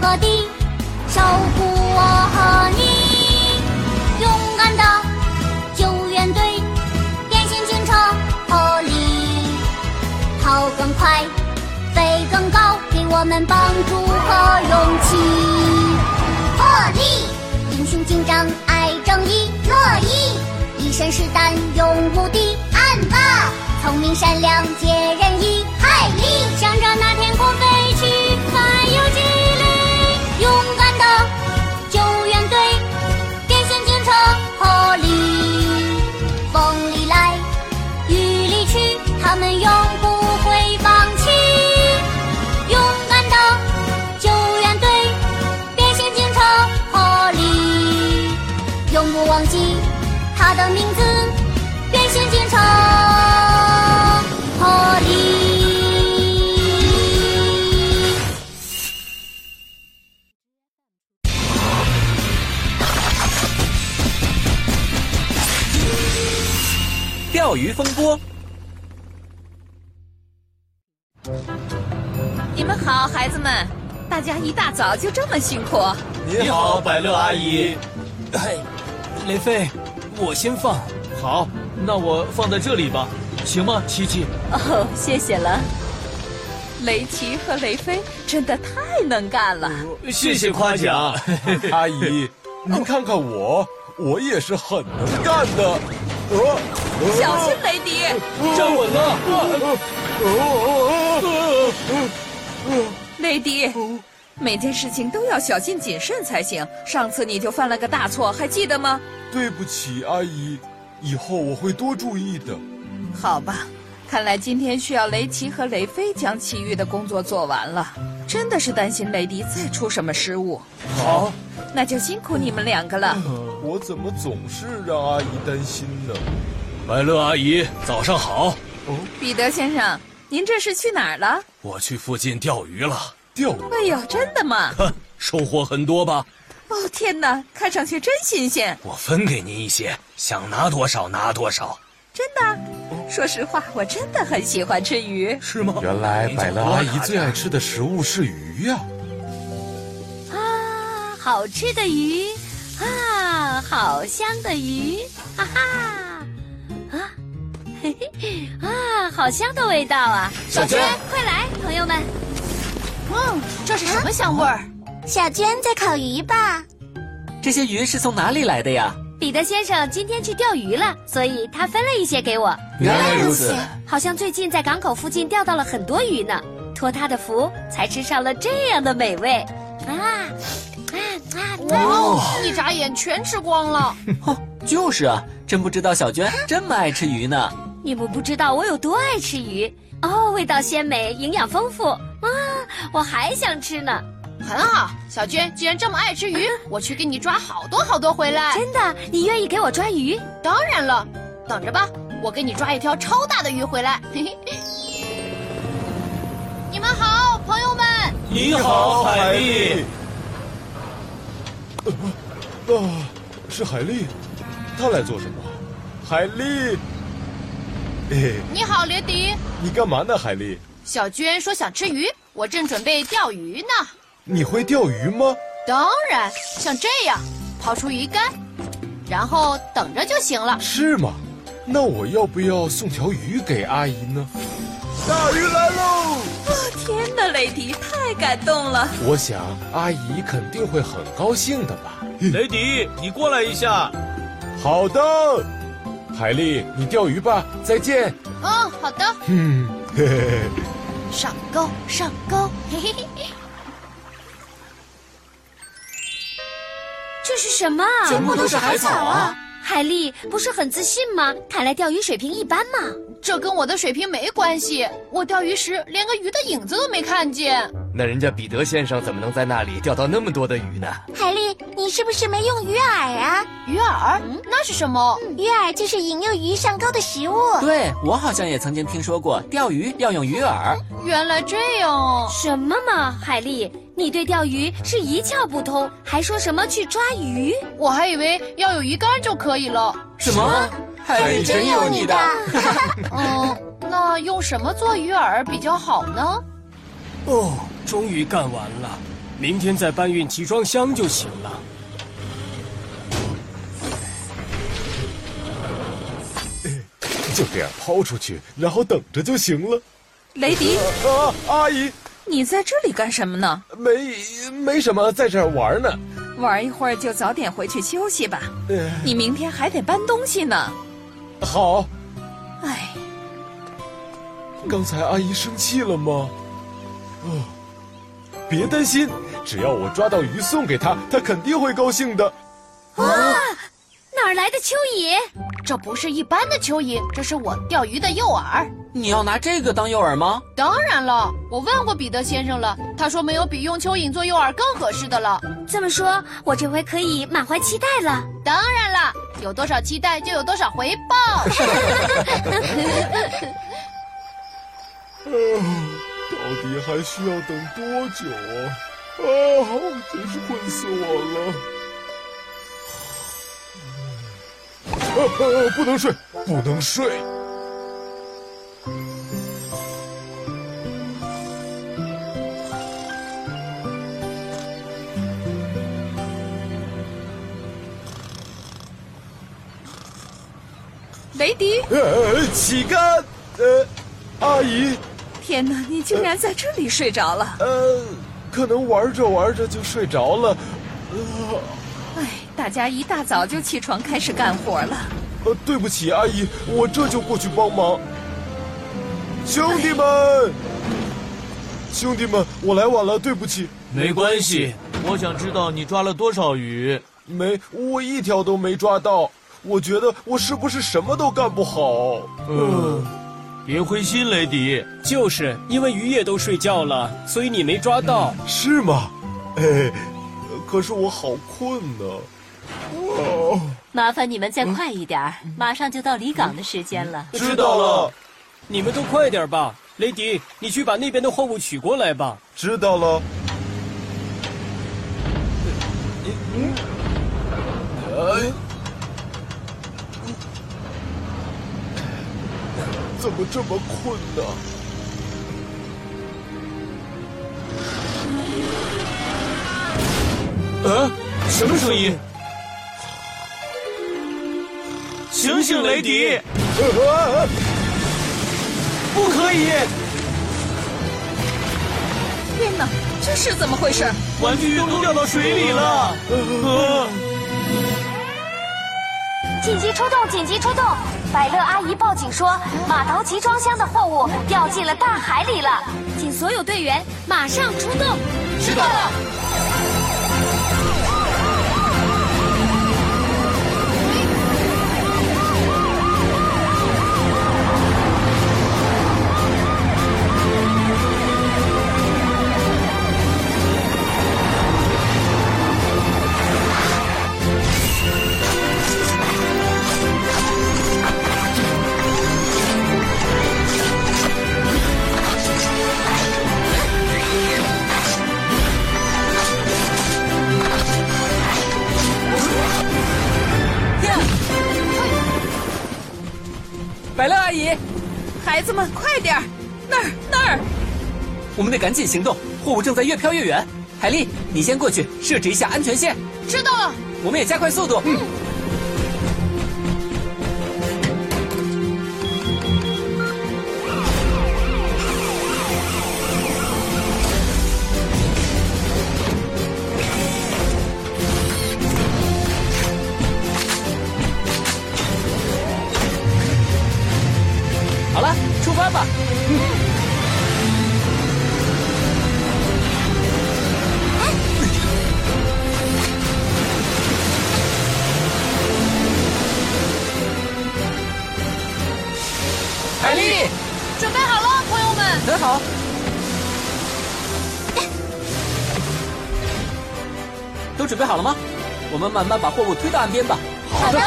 个地，守护我和你。勇敢的救援队，变形警车合力，跑更快，飞更高，给我们帮助和勇气。破例，英雄警长爱正义，乐意一身是胆勇无敌，暗霸聪明善良解人意，海力向着那天空飞去，还有激励，勇敢的救援队，变形警车合力，风里来，雨里去，他们永不会放弃，勇敢的救援队，变形警车合力，永不忘记他的名字，变形警车。破例。钓鱼风波，你们好，孩子们，大家一大早就这么辛苦，你好，百乐阿姨。哎，雷飞，我先放。好，那我放在这里吧，行吗，琪琪？哦，谢谢了。雷奇和雷飞真的太能干了，谢谢夸奖。 阿姨，您看看我，我也是很能干的。呃，小心雷迪！站稳了，呃雷迪，每件事情都要小心谨慎才行。上次你就犯了个大错，还记得吗？对不起，阿姨，以后我会多注意的。好吧，看来今天需要雷奇和雷飞将其余的工作做完了。真的是担心雷迪再出什么失误。哦好，那就辛苦你们两个了。我怎么总是让阿姨担心呢？百乐阿姨，早上好。彼得先生，您这是去哪儿了？我去附近钓鱼了，钓哎呦，真的吗？哼，收获很多吧？哦天哪，看上去真新鲜，我分给您一些，想拿多少拿多少，真的。啊说实话，我真的很喜欢吃鱼。是吗？原来您就百乐多阿拿姨点最爱吃的食物是鱼呀、啊，好吃的鱼啊，好香的鱼，哈哈，啊，嘿嘿，啊，好香的味道啊！小娟快来，朋友们，嗯，这是什么香味儿？小娟在烤鱼吧？这些鱼是从哪里来的呀？彼得先生今天去钓鱼了，所以他分了一些给我。原来如此，好像最近在港口附近钓到了很多鱼呢，托他的福才吃上了这样的美味。啊啊啊！啊一眨眼全吃光了。就是啊，真不知道小娟这么爱吃鱼呢。你们不知道我有多爱吃鱼哦，味道鲜美，营养丰富啊！我还想吃呢，很好，小娟既然这么爱吃鱼，我去给你抓好多好多回来。真的，你愿意给我抓鱼？当然了，等着吧，我给你抓一条超大的鱼回来。 嘿嘿你们好，朋友们，你好，海丽。。呃，啊，是海丽，她来做什么？海丽，哎，你好，雷迪。你干嘛呢？海丽，小娟说想吃鱼，我正准备钓鱼呢。你会钓鱼吗？当然，像这样抛出鱼竿，然后等着就行了。是吗？那我要不要送条鱼给阿姨呢？大鱼来喽！哦天哪，雷迪太感动了！我想阿姨肯定会很高兴的吧。雷迪，你过来一下。好的，海丽，你钓鱼吧，再见。嗯，好的，嗯，嘿嘿嘿。上钩，上钩，嘿嘿嘿嘿。这是什么？全部都是海草啊！海丽不是很自信吗？看来钓鱼水平一般嘛。这跟我的水平没关系，我钓鱼时连个鱼的影子都没看见。那人家彼得先生怎么能在那里钓到那么多的鱼呢？海丽，你是不是没用鱼饵啊？鱼饵，那是什么？鱼饵就是引诱鱼上钩的食物。对我好像也曾经听说过，钓鱼要用鱼饵。原来这样哦。什么嘛，海丽，你对钓鱼是一窍不通，还说什么去抓鱼？我还以为要有鱼竿就可以了。什么？海里真有你的！ 嗯，那用什么做鱼饵比较好呢？哦，终于干完了。明天再搬运集装箱就行了。就这样抛出去，然后等着就行了。雷迪，啊，阿姨，你在这里干什么呢？没没什么，在这儿玩呢。玩一会儿就早点回去休息吧。呃，你明天还得搬东西呢。好，哎，刚才阿姨生气了吗？哦，别担心，只要我抓到鱼送给她，她肯定会高兴的。哪儿来的蚯蚓？这不是一般的蚯蚓，这是我钓鱼的诱饵。你要哦拿这个当诱饵吗？当然了，我问过彼得先生了，他说没有比用蚯蚓做诱饵更合适的了。这么说，我这回可以满怀期待了。当然啦，有多少期待就有多少回 报。到底还需要等多久啊？啊，真是困死我了！呃、呃、不能睡，不能睡。雷迪，呃，乞丐，呃，阿姨，天哪，你竟然在这里睡着了！呃，可能玩着玩着就睡着了。呃，哎，大家一大早就起床开始干活了。呃，对不起，阿姨，我这就过去帮忙。兄弟们，兄弟们，我来晚了，对不起。没关系，我想知道你抓了多少鱼。没，我一条都没抓到。我觉得我是不是什么都干不好？嗯，别灰心，雷迪。就是因为鱼也都睡觉了，所以你没抓到。呃是吗？哎，可是我好困呢、哦，麻烦你们再快一点儿，马上就到离港的时间了。知道了，你们都快点吧，雷迪，你去把那边的货物取过来吧。知道了。哎，怎么这么困呢、啊，什么声音？醒醒，雷迪！啊不可以，天哪，这是怎么回事？玩具都掉到水里了。啊紧急出动！紧急出动！百乐阿姨报警说，码头集装箱的货物掉进了大海里了。请所有队员马上出动。知道了。百乐阿姨，孩子们快点儿，那儿那儿！我们得赶紧行动，货物正在越飘越远。海丽，你先过去设置一下安全线，知道了，我们也加快速度。嗯，好了，出发吧。海丽，准备好了，朋友们。很好。都准备好了吗？我们慢慢把货物推到岸边吧。好的。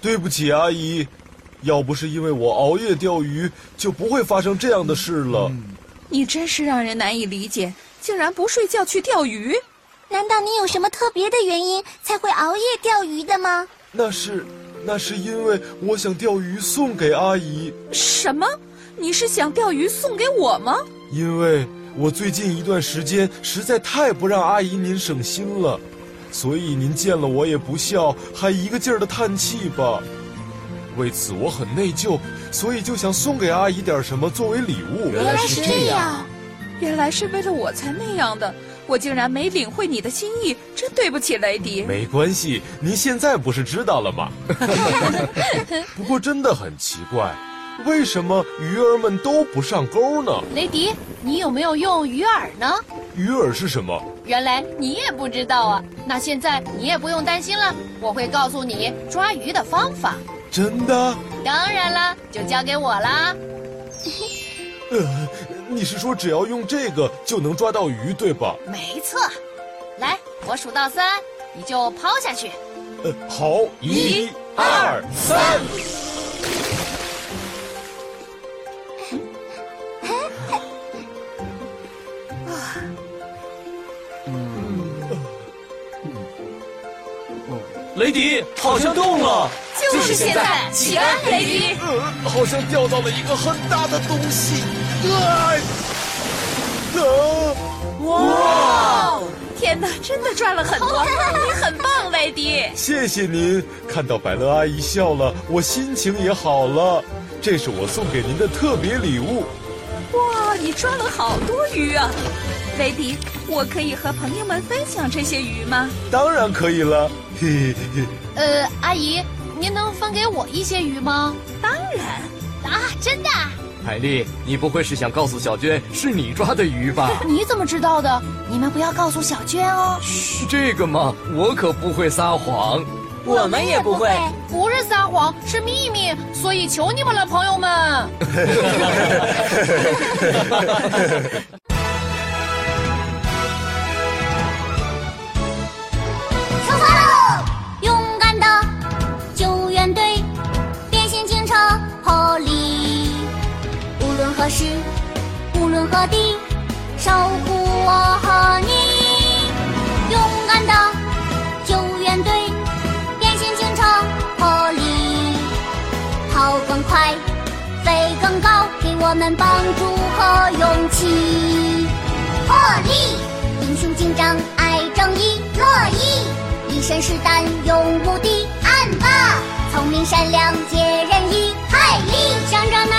对不起，阿姨，要不是因为我熬夜钓鱼，就不会发生这样的事了。你真是让人难以理解，竟然不睡觉去钓鱼。难道你有什么特别的原因才会熬夜钓鱼的吗？那是，那是因为我想钓鱼送给阿姨，什么？你是想钓鱼送给我吗？因为我最近一段时间实在太不让阿姨您省心了，所以您见了我也不笑，还一个劲儿的叹气吧。为此我很内疚，所以就想送给阿姨点什么作为礼物。原来是这样，原来是为了我才那样的，我竟然没领会你的心意，真对不起，雷迪。没关系，您现在不是知道了 吗？不过真的很奇怪，为什么鱼儿们都不上钩呢？雷迪，你有没有用鱼饵呢？鱼饵是什么？原来你也不知道啊！那现在你也不用担心了，我会告诉你抓鱼的方法。真的？当然啦，就交给我啦。呃，你是说只要用这个就能抓到鱼，对吧？没错，来，我数到三，你就抛下去。呃，好，一、二、三。雷迪好像动了，就是现在，起安雷迪。呃，好像钓到了一个很大的东西。哎，啊！哇！天哪，真的赚了很多，你很棒，雷迪。谢谢您，看到百乐阿姨笑了，我心情也好了。这是我送给您的特别礼物。哇，你抓了好多鱼啊！雷迪，我可以和朋友们分享这些鱼吗？当然可以了， 嘿嘿嘿。呃，阿姨，您能分给我一些鱼吗？当然，啊，真的啊？海丽，你不会是想告诉小娟是你抓的鱼吧？你怎么知道的？你们不要告诉小娟哦。是这个吗？我可不会撒谎。我们也不会。不是撒谎，是秘密，所以求你们了，朋友们。出发喽！勇敢的救援队，变形警车破例，无论何时，无论何地，守护我和你。勇敢的救援队，变形警车破例，跑更快，飞更高，给我们帮助和勇气。破例，英雄警长爱正义，乐意。一身是胆勇无敌，暗霸，聪明善良解人意，海力想让那。